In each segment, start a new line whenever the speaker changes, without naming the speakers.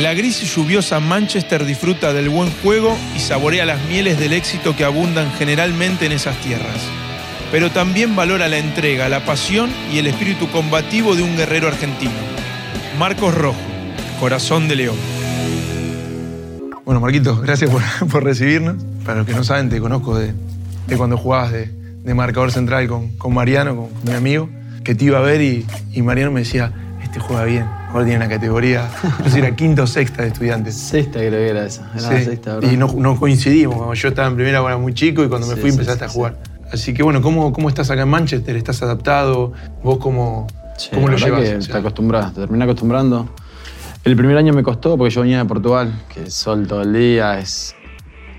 la gris y lluviosa Manchester disfruta del buen juego y saborea las mieles del éxito que abundan generalmente en esas tierras. Pero también valora la entrega, la pasión y el espíritu combativo de un guerrero argentino. Marcos Rojo, Corazón de León.
Bueno, Marquitos, gracias por, por recibirnos. Para los que no saben, te conozco de, de cuando jugabas de, de marcador central con, con Mariano, con, con mi amigo, que te iba a ver y, y Mariano me decía, este juega bien, ahora tiene una categoría, no sé si era quinta o sexta de estudiantes.
Sexta creo que era esa. Era la
Pues, Sí.
sexta, ¿verdad?
y no, no coincidimos, como yo estaba en primera era muy chico y cuando me
Sí,
fui
sí,
empezaste
sí,
a
sí.
jugar. Así que bueno, ¿cómo, ¿cómo estás acá en Manchester? ¿Estás adaptado? ¿Vos cómo,
Sí,
cómo
la
lo
verdad
llevas?
que
O sea,
te acostumbras, te terminas acostumbrando. El primer año me costó porque yo venía de Portugal, que es sol todo el día, es,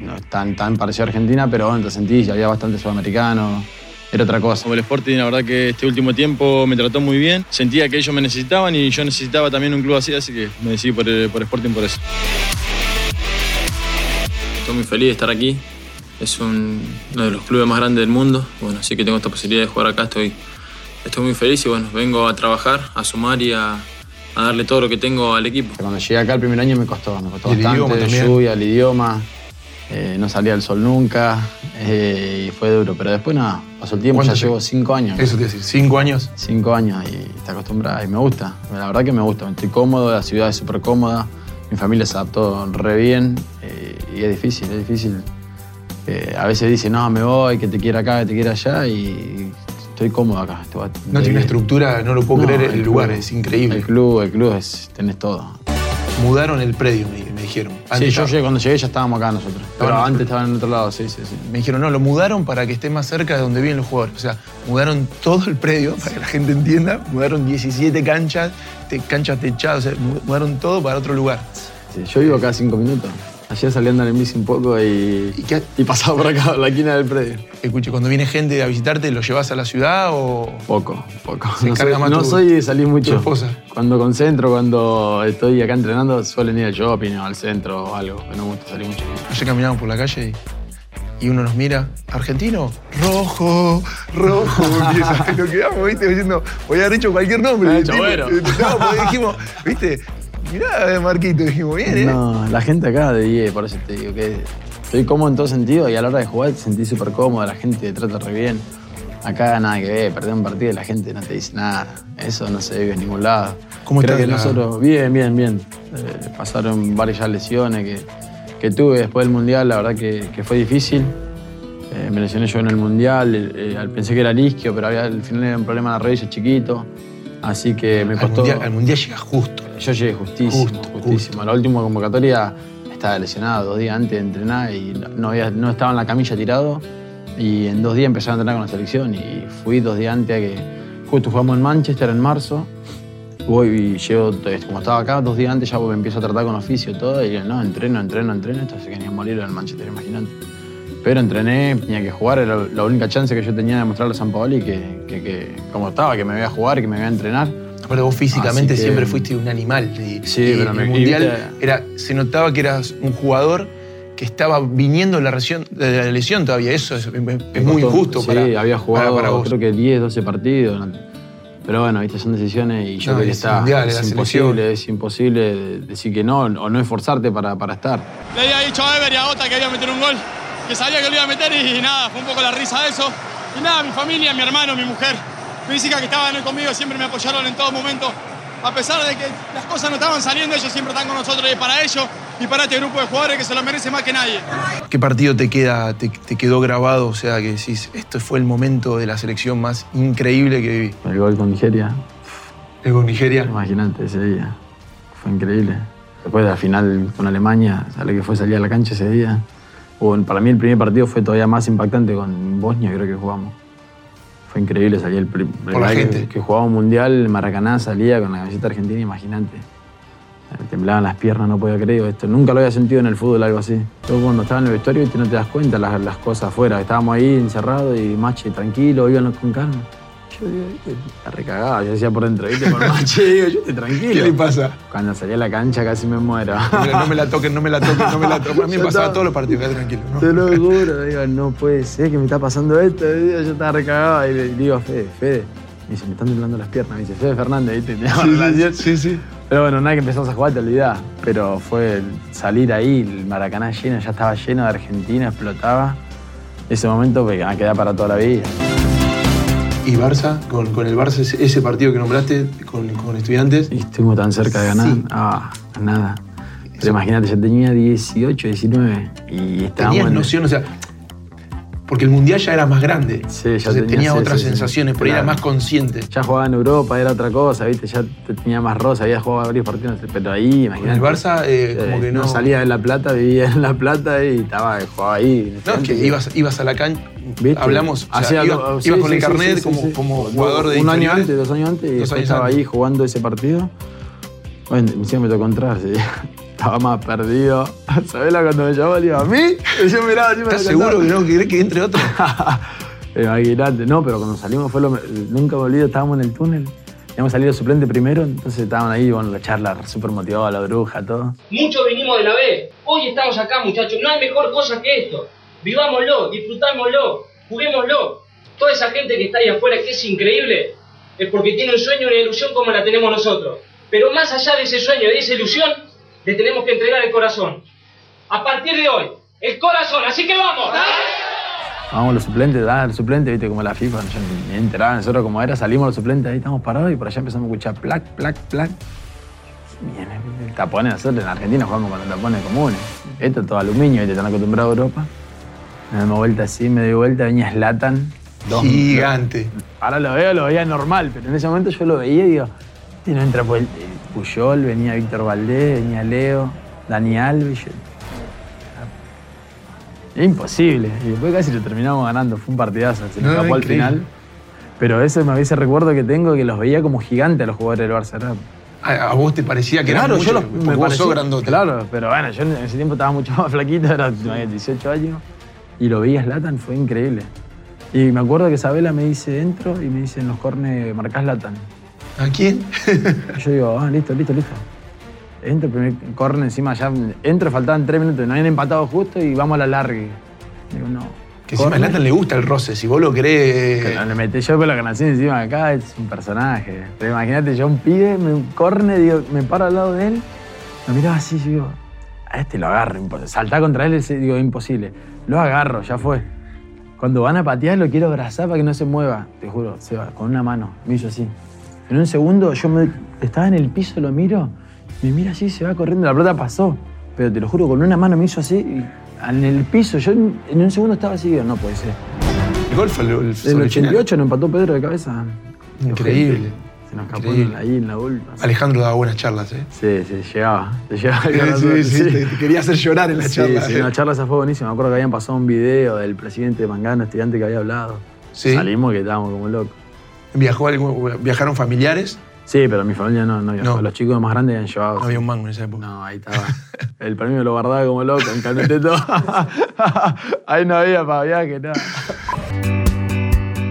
no es tan, tan parecido a Argentina, pero bueno, te sentís, ya había bastante sudamericano, era otra cosa.
El Sporting, la verdad que este último tiempo me trató muy bien. Sentía que ellos me necesitaban y yo necesitaba también un club así, así que me decidí por, eh, por Sporting por eso.
Estoy muy feliz de estar aquí. Es un- uno de los clubes más grandes del mundo. Bueno, así que tengo esta posibilidad de jugar acá. Estoy, estoy muy feliz y bueno, vengo a trabajar, a sumar y a, a darle todo lo que tengo al equipo.
Cuando llegué acá el primer año me costó, me costó
Y el idioma
bastante,
también.
lluvia, el idioma, eh, no salía el sol nunca, eh, y fue duro, pero después nada, pasó el tiempo, ya
¿Cuánto te-
llevo cinco años.
Eso te iba a decir, cinco años.
cinco años y te acostumbras y me gusta. La verdad que me gusta, estoy cómodo, la ciudad es súper cómoda, mi familia se adaptó re bien eh, y es difícil, es difícil. Eh, a veces dicen, no, me voy, que te quiera acá, que te quiera allá y estoy cómodo acá. Estoy-
No tiene una estructura, no lo puedo
No,
creer, el,
club-
lugar es increíble.
El club, el club es, tenés todo.
Mudaron el predio, me, me dijeron.
sí,
Antes
yo
estaba-
llegué, cuando llegué ya estábamos acá nosotros. Pero
Estaban-
antes estaban en otro lado, sí, sí, sí.
Me dijeron, no, lo mudaron para que esté más cerca de donde viven los jugadores. O sea, mudaron todo el predio, para que la gente entienda. Mudaron 17 canchas, te- canchas techadas, o sea, mu- mudaron todo para otro lugar.
Sí, yo vivo cada cinco minutos. Ayer salí a andar en bici un poco y,
¿Y qué-
y pasaba por acá, la esquina del predio.
Escuche, cuando viene gente a visitarte, ¿lo llevas a la ciudad o...?
Poco, poco.
Se
no
encarga
soy,
más
no
tu-
soy de salir mucho.
tu esposa.
Cuando concentro, cuando estoy acá entrenando, suelen ir al shopping o al centro o algo. pero No me gusta salir mucho.
Ayer caminamos por la calle y, y uno nos mira, ¿argentino? Rojo, rojo. empieza. Y Nos quedamos, ¿viste? Diciendo, voy a haber hecho cualquier nombre.
Ah, chabero.
Tipo, eh, No, porque dijimos, ¿viste? Mirá, eh, Marquito, dijimos, bien, ¿eh?
No, la gente acá de 10, por eso te digo que estoy cómodo en todo sentido y a la hora de jugar te sentí súper cómodo, la gente te trata re bien. Acá nada que ver, perder un partido y la gente no te dice nada. Eso no se vive en ningún lado.
¿Cómo
Creo
está
que
la-
nosotros, bien, bien, bien. Eh, pasaron varias ya lesiones que, que tuve después del Mundial, la verdad que, que fue difícil. Eh, me lesioné yo en el Mundial, eh, eh, pensé que era el isquio, pero había, al final era un problema en la rodilla chiquito. Así que me
Al
costó...
mundial, al mundial llega justo.
Yo llegué justísimo,
Justo,
justísimo. La última convocatoria estaba lesionado dos días antes de entrenar y no- no, había, no estaba en la camilla tirado. Y en dos días empecé a entrenar con la selección y fui dos días antes a que justo jugamos en Manchester en marzo. Voy y llego, eh, como estaba acá, dos días antes ya me empiezo a tratar con oficio y todo. Y no, entreno, entreno, entreno. Esto se quería morir en Manchester, imagínate. Pero entrené, tenía que jugar, era la única chance que yo tenía de mostrarle a San Paoli que, que, que como estaba, que me voy a jugar, que me voy a entrenar.
Aparte, vos físicamente
Así que-
siempre fuiste un animal. Y,
Sí,
y
pero
en
me-
el
y
mundial
viste-
era, se notaba que eras un jugador que estaba viniendo de la, lesión- de la lesión todavía. Eso es, es muy
Costó-
injusto
sí,
para,
había jugado
para, para vos.
creo que 10, 12 partidos. no- Pero bueno, viste, son decisiones y yo
No,
creo que
es
está.
mundial, es la
es
selección.
imposible, es imposible decir que no o no esforzarte para, para estar.
Le había dicho a Ever y a Ota que había meter un gol, que sabía que lo iba a meter y, nada, fue un poco la risa de eso. Y nada, mi familia, mi hermano, mi mujer, mi física que estaban conmigo siempre me apoyaron en todo momento. A pesar de que las cosas no estaban saliendo, ellos siempre están con nosotros y para ellos y para este grupo de jugadores que se lo merece más que nadie.
¿Qué partido te, queda, te, te quedó grabado? O sea, que decís, esto fue el momento de la selección más increíble que viví.
El gol con Nigeria,
El con Nigeria.
imagínate ese día. Fue increíble. Después de la final con Alemania, o sea, lo que fue salir a la cancha ese día. O, para mí el primer partido fue todavía más impactante con Bosnia, creo que jugamos. Fue increíble salir el pri- primer
la
que-
gente.
que jugaba un mundial, Maracaná salía con la camiseta argentina, imagínate. Me temblaban las piernas, no podía creer esto. Nunca lo había sentido en el fútbol, algo así. Yo cuando estaba en el vestuario viste, no te das cuenta las, las cosas afuera. Estábamos ahí encerrados y mache, tranquilo, íbamos con calma. Yo digo, "Eh, la recagaba, yo decía por dentro, viste, por mache, digo, yo estoy tranquilo.
¿Qué le pasa?
Cuando salí a la cancha casi me muero.
No me la toquen, no me la toquen, no me la toquen. A mí me
Yo
pasaba
estaba-
todos los partidos, quedá tranquilo. ¿no?
Te lo juro, digo, no puede ser que me está pasando esto. digo, Yo estaba recagado y le digo, Fede, Fede. Me dice, me están temblando las piernas. Me dice, Fede Fernández, ¿viste? Tenía
Sí,
relación.
sí, sí, sí.
Pero bueno, nada que empezamos a jugar te olvidás. Pero fue el salir ahí, el Maracaná lleno, ya estaba lleno de Argentina, explotaba. Ese momento que va a quedar para toda la vida.
¿Y Barça? Con, con el Barça, ese- ese partido que nombraste, con, con estudiantes.
Y estuvimos tan cerca de ganar.
Sí.
Ah, nada. Pero imagínate, yo tenía 18, 19 y estábamos.
Tenías
en-
noción, o sea. Porque el mundial ya era más grande.
Sí, ya
Entonces
tenía-
tenías
sí,
otras
sí, sí.
sensaciones, por ahí era
Claro.
más consciente.
Ya jugaba en Europa, era otra cosa, ¿viste? Ya te- tenía más rosa, había jugado varios partidos, pero ahí,
Con
imagínate.
el Barça, eh,
eh,
como que no.
salía de La Plata, vivía en La Plata y estaba, jugaba ahí.
No, es que ibas, ibas a la cancha,
¿Viste?
hablamos, o sea,
Hacía
ibas,
lo- sí,
ibas con
sí,
el
sí,
carnet
sí, sí,
como,
sí.
como jugador de
Un año
inferiores.
antes, dos años antes, y
Dos
después
años
estaba
antes.
ahí jugando ese partido. Bueno, siempre me tocó entrar, sí. Estaba más perdido. ¿Sabés la cuando me llamó? Le digo, ¿a mí? Y yo miraba, yo me Eh,
¿Estás
la
seguro
cantaba.
que no querés que entre otro?
Imagínate, no, pero cuando salimos fue lo me- Nunca me olvido, estábamos en el túnel. Habíamos salido suplente primero, entonces estaban ahí, bueno, la charla súper motivada, la bruja, todo.
Muchos vinimos de la B. Hoy estamos acá, muchachos. No hay mejor cosa que esto. Vivámoslo, disfrutámoslo, juguémoslo. Toda esa gente que está ahí afuera, que es increíble, es porque tiene un sueño, una ilusión como la tenemos nosotros. Pero más allá de ese sueño, de esa ilusión, le tenemos que entregar el corazón. A partir de hoy, el corazón. Así que vamos.
Vamos los suplentes, ah, los suplentes, viste, como la FIFA, yo ni enteraba nosotros como era, salimos los suplentes, ahí estamos parados y por allá empezamos a escuchar plac, plac, plac. Bien, eh, tapones, nosotros en Argentina jugamos con los tapones comunes. Esto es todo aluminio, viste, están acostumbrados a Europa. Me damos vuelta así, me doy vuelta, venía Slatan.
Gigante.
Ahora lo veo, lo veía normal, pero en ese momento yo lo veía y digo, "Este no entra por el, Puyol, venía Víctor Valdés, venía Leo, Dani Alves. yo- Ah. Es imposible. Y después casi lo terminamos ganando, fue un partidazo, se
No,
nos escapó al
increíble.
final. Pero ese, ese recuerdo que tengo que los veía como gigantes a los jugadores del Barça. era-
A, a vos te parecía que era mucho,
los-
porque vos sos
parecía-
grandote.
Claro, pero bueno, yo en ese tiempo estaba mucho más flaquito, era tenía 18 años, y lo vi a Zlatan, fue increíble. Y me acuerdo que Isabela me dice entro y me dice en los cornes marcás Latan.
¿A quién?
Y yo digo, ah, listo, listo, listo. Entro, primer corner encima, ya entro, faltaban tres minutos, no habían empatado justo y vamos a la largue. Digo, no.
Que encima a
Corner.
Zlatan le gusta el roce, si vos lo crees.
Pero le metí yo con la canción encima de acá, es un personaje. Pero imagínate, yo un pibe, me corne, digo, me paro al lado de él, lo miraba así, yo digo, a este lo agarro, imposible. Saltar contra él, ese- digo, imposible. Lo agarro, ya fue. Cuando van a patear, lo quiero abrazar para que no se mueva, te juro, se va, con una mano, me hizo así. En un segundo, yo me, estaba en el piso, lo miro, me mira así, se va corriendo, la pelota pasó. Pero te lo juro, con una mano me hizo así, y en el piso, yo en en un segundo estaba así, digo, no puede ser.
El gol fue el, el-
En el
el final.
88 nos empató Pedro de cabeza.
Increíble.
Se nos escapó
Increíble.
ahí en la última.
Alejandro daba buenas charlas, ¿eh?
Sí, sí, llegaba. Te llegaba
te quería hacer llorar en la
Sí,
charla.
sí,
¿eh?
no, la charla esa fue buenísima. Me acuerdo que habían pasado un video del presidente de Mangano, estudiante que había hablado.
Sí.
Salimos que estábamos como locos.
Viajó algo- viajaron familiares,
Sí, pero mi familia no, no viajó.
No.
Los chicos más grandes habían llevado.
no había un mango en esa época.
No, ahí estaba. El premio lo guardaba como loco, en caneteto. ahí no había para viaje, nada.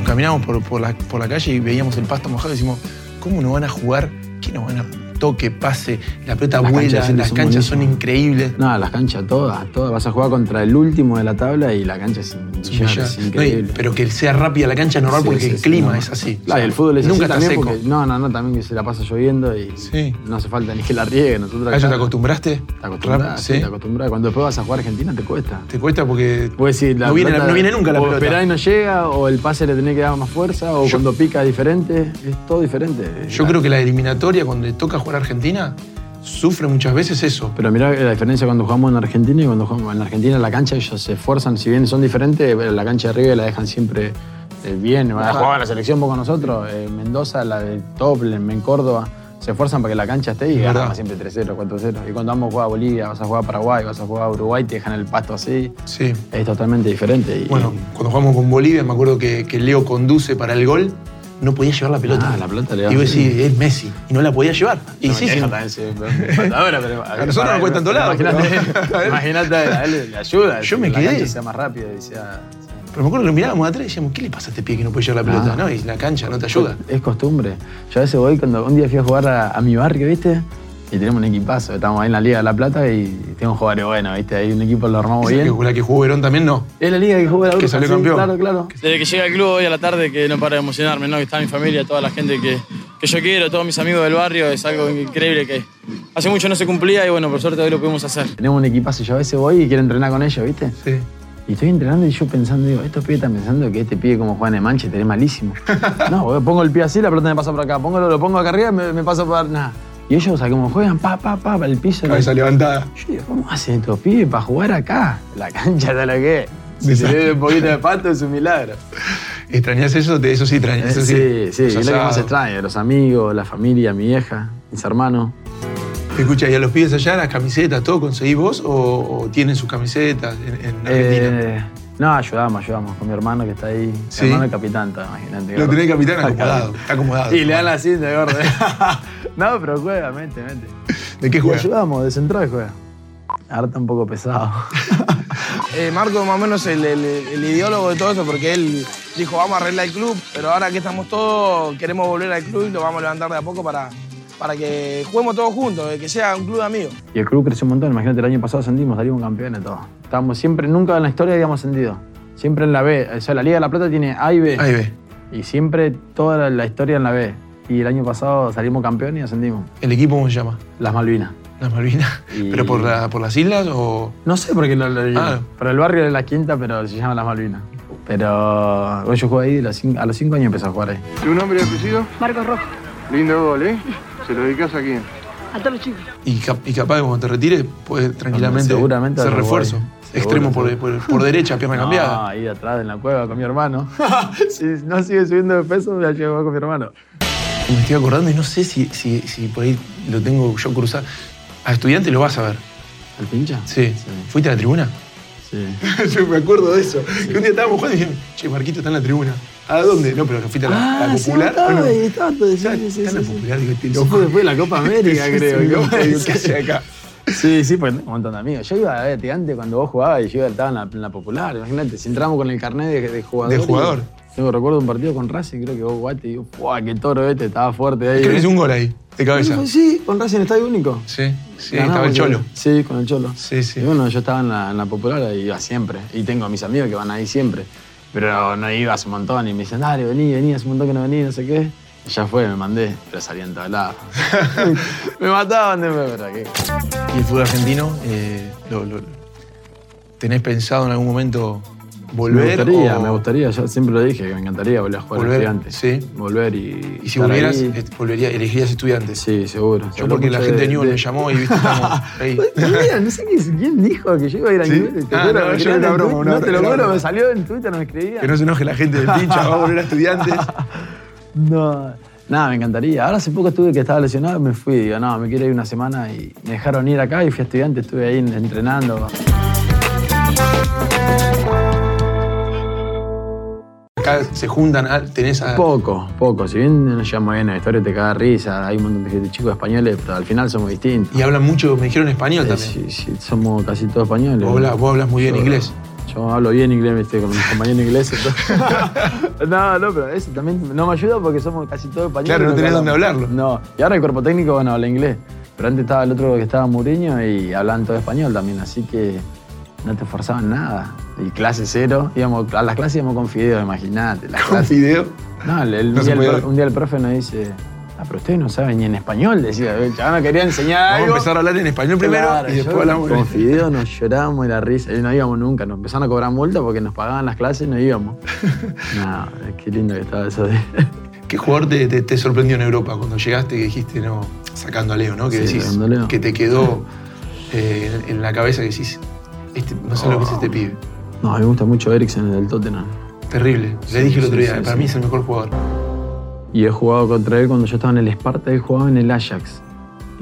Caminamos por, por la, por la calle y veíamos el pasto mojado y decimos, ¿cómo no van a jugar? ¿Qué no van a toque, pase? La pelota
Las
vuela,
canchas de
las
son
canchas son
buenísimas.
increíbles.
No, las canchas todas, todas. Vas a jugar contra el último de la tabla y la cancha es,
Son
llena,
bellas.
es
No, y-
increíble.
pero que sea rápida la cancha es normal
Sí,
porque
sí,
el
sí,
clima
no.
es así.
Claro, y el fútbol es
Nunca está
así también
seco.
porque- no, no, no, también que se la pasa lloviendo y
Sí.
no hace falta ni que la riegue. Nosotros
¿A eso
acá-
te acostumbraste?
Te acostumbras,
Rap-
sí,
¿sí?
te acostumbras. Cuando después vas a jugar a Argentina te cuesta.
Te cuesta porque
Puedes decir, la
no, viene,
pelota-
no viene nunca la
o
pelota.
esperás y no llega, o el pase le tenés que dar más fuerza, o
Yo-
cuando pica diferente. Es todo diferente.
Yo creo que la eliminatoria, cuando le toca jugar a Argentina, sufre muchas veces eso.
Pero mirá la diferencia cuando jugamos en Argentina y cuando jugamos en Argentina en la cancha ellos se esfuerzan, si bien son diferentes, pero la cancha de River la dejan siempre eh, bien. Jugaba la selección vos con nosotros, eh, Mendoza, la de Toblen, en Córdoba, se esfuerzan para que la cancha esté y
Es verdad.
ganan siempre 3-0, 4-0. Y cuando vamos a jugar a Bolivia, vas a jugar a Paraguay, vas a jugar a Uruguay, te dejan el pasto así,
Sí.
es totalmente diferente. Y,
Bueno, cuando jugamos con Bolivia, me acuerdo que, que Leo conduce para el gol, no podía llevar la pelota.
Ah, la pelota le da-
Y vos decís, es Messi, y no la podía llevar. Y
No,
sí,
me
sí.
queja también, sí, pero- ahora, pero-
A nosotros nos cuesta en todos lados, pero-
Imagínate, imagínate, a él le ayuda.
Yo
que
me
la
quedé.
cancha sea más rápida y sea- sea-
Pero me acuerdo que lo mirábamos atrás y decíamos, ¿qué le pasa a este pie que no puede llevar la pelota?
Ah.
¿No? Y la cancha no te ayuda.
Es costumbre. Yo a veces voy cuando un día fui a jugar a, a mi barrio, ¿viste? Y tenemos un equipazo. Estamos ahí en la Liga de la Plata y tenemos jugadores buenos, ¿viste? Ahí un equipo lo armamos
Esa
bien.
que- La que jugó Verón también no.
Es la liga que juega la
Que
Bruja,
salió
sí,
campeón.
Claro, claro.
Desde que llegué al club hoy a la tarde que no para de emocionarme, ¿no? Que está mi familia, toda la gente que,
que yo quiero, todos mis amigos del barrio, es algo increíble que hace mucho no se cumplía y bueno, por suerte hoy lo pudimos hacer.
Tenemos un equipazo y yo a veces voy y quiero entrenar con ellos, ¿viste?
Sí.
Y estoy entrenando y yo pensando, digo, estos pibes están pensando que este pibe como juega en el Manchester es malísimo. no, boludo, pongo el pie así, la pelota me pasa por acá. Pongo, lo pongo acá arriba, me, me pasa por nada. Y ellos, o sea, como juegan, pa, pa, pa, para el piso.
Cabeza levantada.
Yo digo, ¿cómo hacen estos pibes para jugar acá? La cancha de lo que es. Si se le ve un poquito de pato es un milagro.
¿Extrañas eso? De eso sí Pues extrañas.
Eh,
eso
sí, sí,
Los
es lo que más
asados.
extraño. Los amigos, la familia, mi vieja, mis hermanos.
Escucha, ¿y a los pibes allá las camisetas, todo conseguís vos o, o tienen sus camisetas en, en Argentina?
Eh, no, ayudamos, ayudamos con mi hermano que está ahí. Mi
Sí.
hermano es capitán, está, imagínate.
Lo
gordo.
tenés capitán
Está
acomodado, está acomodado.
Y le dan la cinta, gordo. no, pero juega, mete, mete.
¿De qué
Le
juegas?
ayudamos, de central juega. Ahora está un poco pesado.
Eh, Marco es más o menos el, el- el ideólogo de todo eso, porque él dijo, vamos a arreglar el club, pero ahora que estamos todos, queremos volver al club y lo vamos a levantar de a poco para, para que juguemos todos juntos, eh, que sea un club de amigos.
y el club creció un montón. Imagínate, el año pasado ascendimos, salimos campeones todo. Estábamos siempre, nunca en la historia habíamos ascendido. Siempre en la B. O sea, la Liga de la Plata tiene A y B.
Ahí ve.
Y siempre toda la, la historia en la B. Y el año pasado salimos campeones y ascendimos.
¿El equipo cómo se llama?
Las Malvinas.
Las Malvinas.
Y-
¿Pero por, la- por las islas o...?
No sé por qué lo, lo
Ah.
Pero el barrio es La Quinta, pero se llama Las Malvinas. Pero bueno, yo jugué ahí, de los cin- a los 5 años empecé a jugar ahí.
¿Tu nombre y apellido?
Marcos Rojo,
Lindo gol, ¿eh? ¿Se lo dedicas a quién?
a todos los chicos.
Y, cap- y capaz que cuando te retires puedes tranquilamente
seguramente
ser
a Uruguay.
refuerzo.
Seguro,
Extremo por,
seguro.
por- por derecha, pierna
No,
cambiada.
ahí atrás en la cueva con mi hermano. si no sigue subiendo de peso, voy a llevar con mi hermano.
Me estoy acordando y no sé si, si, si por ahí lo tengo yo cruzado. A estudiante lo vas a ver.
¿Al pincha?
Sí.
Sí.
¿Fuiste a la tribuna?
sí.
Yo me acuerdo de eso. Que un día estábamos jugando y dijeron, che, Marquito está en la tribuna. ¿A dónde? No, pero que fuiste a la, la
Ah, sí,
popular.
estaba,
Bueno,
ahí estaba, sí,
está,
sí, sí,
está en la
sí.
popular, digo, este
Eso fue
loco.
después de la Copa América, creo.
¿Qué
que-
hace acá?
Sí, sí, pues un montón de amigos. Yo iba a ver antes cuando vos jugabas y yo estaba en la, en la popular, imagínate, si entramos con el carnet de, de jugador.
De jugador.
y- yo recuerdo un partido con Racing, creo que vos jugaste y digo, ¡buah, qué toro este! Estaba fuerte ahí.
Creo que hizo un gol ahí, de ¿eh? cabeza.
Sí, con Racing Estadio Único.
Sí, sí, estaba
Ganamos,
el
creo.
cholo.
Sí, con el Cholo.
Sí, sí.
Y bueno, yo estaba en la, en la popular y iba siempre. Y tengo a mis amigos que van ahí siempre. Pero no iba hace un montón y me dicen, dale, vení, vení, hace un montón que no vení, no sé qué. Y ya fue, me mandé, pero salía en todos lados. me mataban de verdad que.
¿Y el fútbol argentino? eh, lo- lo- ¿Tenés pensado en algún momento volver?
Me gustaría,
o-
me gustaría, yo siempre lo dije, que me encantaría volver a jugar
Volver,
estudiantes.
sí.
Volver y.
Y si
estar
volvieras,
ahí.
eh, volvería, elegirías estudiantes.
Sí, seguro.
Yo porque la gente de Newell me llamó y viste, estamos ahí.
Pues, Mira, no sé quién, quién dijo que yo iba a ir a
¿Sí?
Newell's, te
Ah,
juro,
no,
me
yo
escribían
era
en
broma,
Twitter,
una
No, te lo
broma,
juro,
era
me salió en Twitter, no me
Que
escribían.
no se enoje la gente del pincha, va a volver a estudiantes.
No. Nada, me encantaría. Ahora hace poco estuve que estaba lesionado, me fui. Digo, no, me quiero ir una semana y me dejaron ir acá y fui a estudiante, estuve ahí entrenando.
Acá se juntan, ah, tenés a...
Poco, poco. Si bien nos llevamos bien en la historia, te caga risa, hay un montón de chicos españoles, pero al final somos distintos.
Y hablan mucho, me dijeron español
Eh,
también.
sí, sí, somos casi todos españoles.
Vos hablas, vos hablas muy bien
Yo-
inglés.
Yo hablo bien inglés, viste, con mis compañeros ingleses. todo. no, no, pero eso también no me ayuda porque somos casi todos españoles.
Claro, no
Lo que
tenés
hablamos.
dónde hablarlo.
No, y ahora el cuerpo técnico, bueno, habla inglés. Pero antes estaba el otro que estaba mureño y hablaban todo español también, así que no te forzaban nada. Y clase cero, íbamos, a las clases íbamos con fideos, imagínate. las
Con
clases.
video.
No, el- el
No se
día el
podía
pro-
ver.
un día el profe nos dice, ah, pero ustedes no saben ni en español, decía, el chaval no quería enseñar
Vamos a
algo.
empezar a hablar en español primero
Claro,
y después
yo
hablamos
Con Fideo nos llorábamos y la risa. Y no íbamos nunca. Nos empezaron a cobrar multa porque nos pagaban las clases y no íbamos. no, qué lindo que estaba eso de.
¿Qué jugador te, te- te sorprendió en Europa cuando llegaste que dijiste, no, sacando a Leo, ¿no? Que
Sí,
decís,
sacando a Leo.
que te quedó eh, en- en la cabeza que decís, este, no sé lo que es
Oh.
este pibe.
No, me gusta mucho Eriksen el del Tottenham.
Terrible.
Sí,
Le dije el otro
sí,
día,
sí,
para
sí.
mí es el mejor jugador.
Y he jugado contra él cuando yo estaba en el Sparta, él jugaba en el Ajax.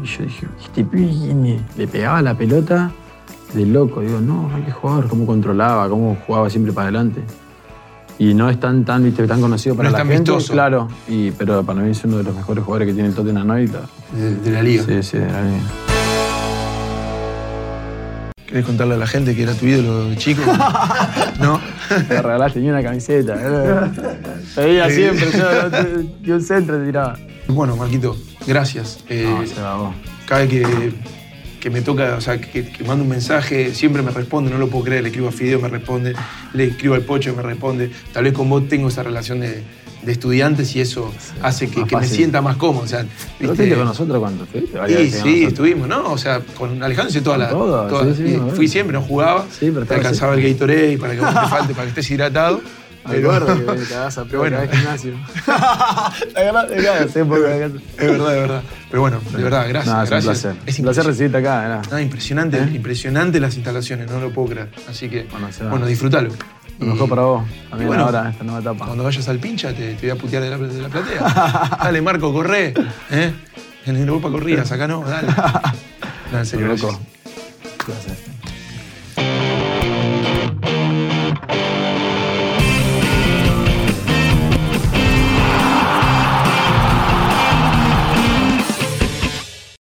Y yo dije, este pibe quién es?". le pegaba la pelota de loco. Digo, no, qué jugador, cómo controlaba, cómo jugaba siempre para adelante. Y no es tan, tan, viste, tan conocido para
es
la
tan
gente,
vistoso.
claro. Y, pero para mí es uno de los mejores jugadores que tiene el Tottenham hoy. la-
De, de la liga.
Sí, sí, de la liga.
¿Querés contarle a la gente que era tu ídolo de chico? no.
Te regalaste ni una camiseta. Te veía siempre, yo, yo- yo un centro te tiraba.
Bueno, Marquito, gracias. Eh,
No, se va vos.
cada vez que que me toca, o sea, que, que manda un mensaje, siempre me responde, no lo puedo creer, le escribo a Fideo, me responde, le escribo al Pocho, me responde. Tal vez con vos tengo esa relación de, de estudiantes y eso hace que,
más
que me
fácil.
sienta más cómodo. O sea,
¿Pero
¿viste?
estuviste con nosotros cuando estuviste?
Sí,
Varias veces con
sí,
nosotros.
estuvimos, ¿no? O sea, con Alejandro hice toda la.
Con todo,
toda-
sí, sí,
y
bueno.
fui siempre, no jugaba.
Sí, pero
te
estaba-
alcanzaba el Gatorade para que vos no te falte, para que estés hidratado.
Me
Pero-
acuerdo que me cagás a pedo
Bueno.
cada vez gimnasio. ¿Te acordás? Te cagás, eh, porque acá-
Es verdad, es verdad. Pero bueno, de verdad, gracias.
No, es un
gracias.
placer.
Es
un placer recibirte acá, era.
No, Ah, impresionante,
¿Eh?
impresionante las instalaciones, no lo puedo creer. Así que,
Bueno,
bueno,
se va.
disfrútalo.
Lo mejor
Mm. Y
para vos, también
bueno.
ahora, esta nueva etapa.
Cuando vayas al pincha te, te voy a putear de la, de la platea. dale, Marco, corre. ¿eh? En Europa corrías, acá no, dale. No, en serio,
Loco.
gracias.
Placer.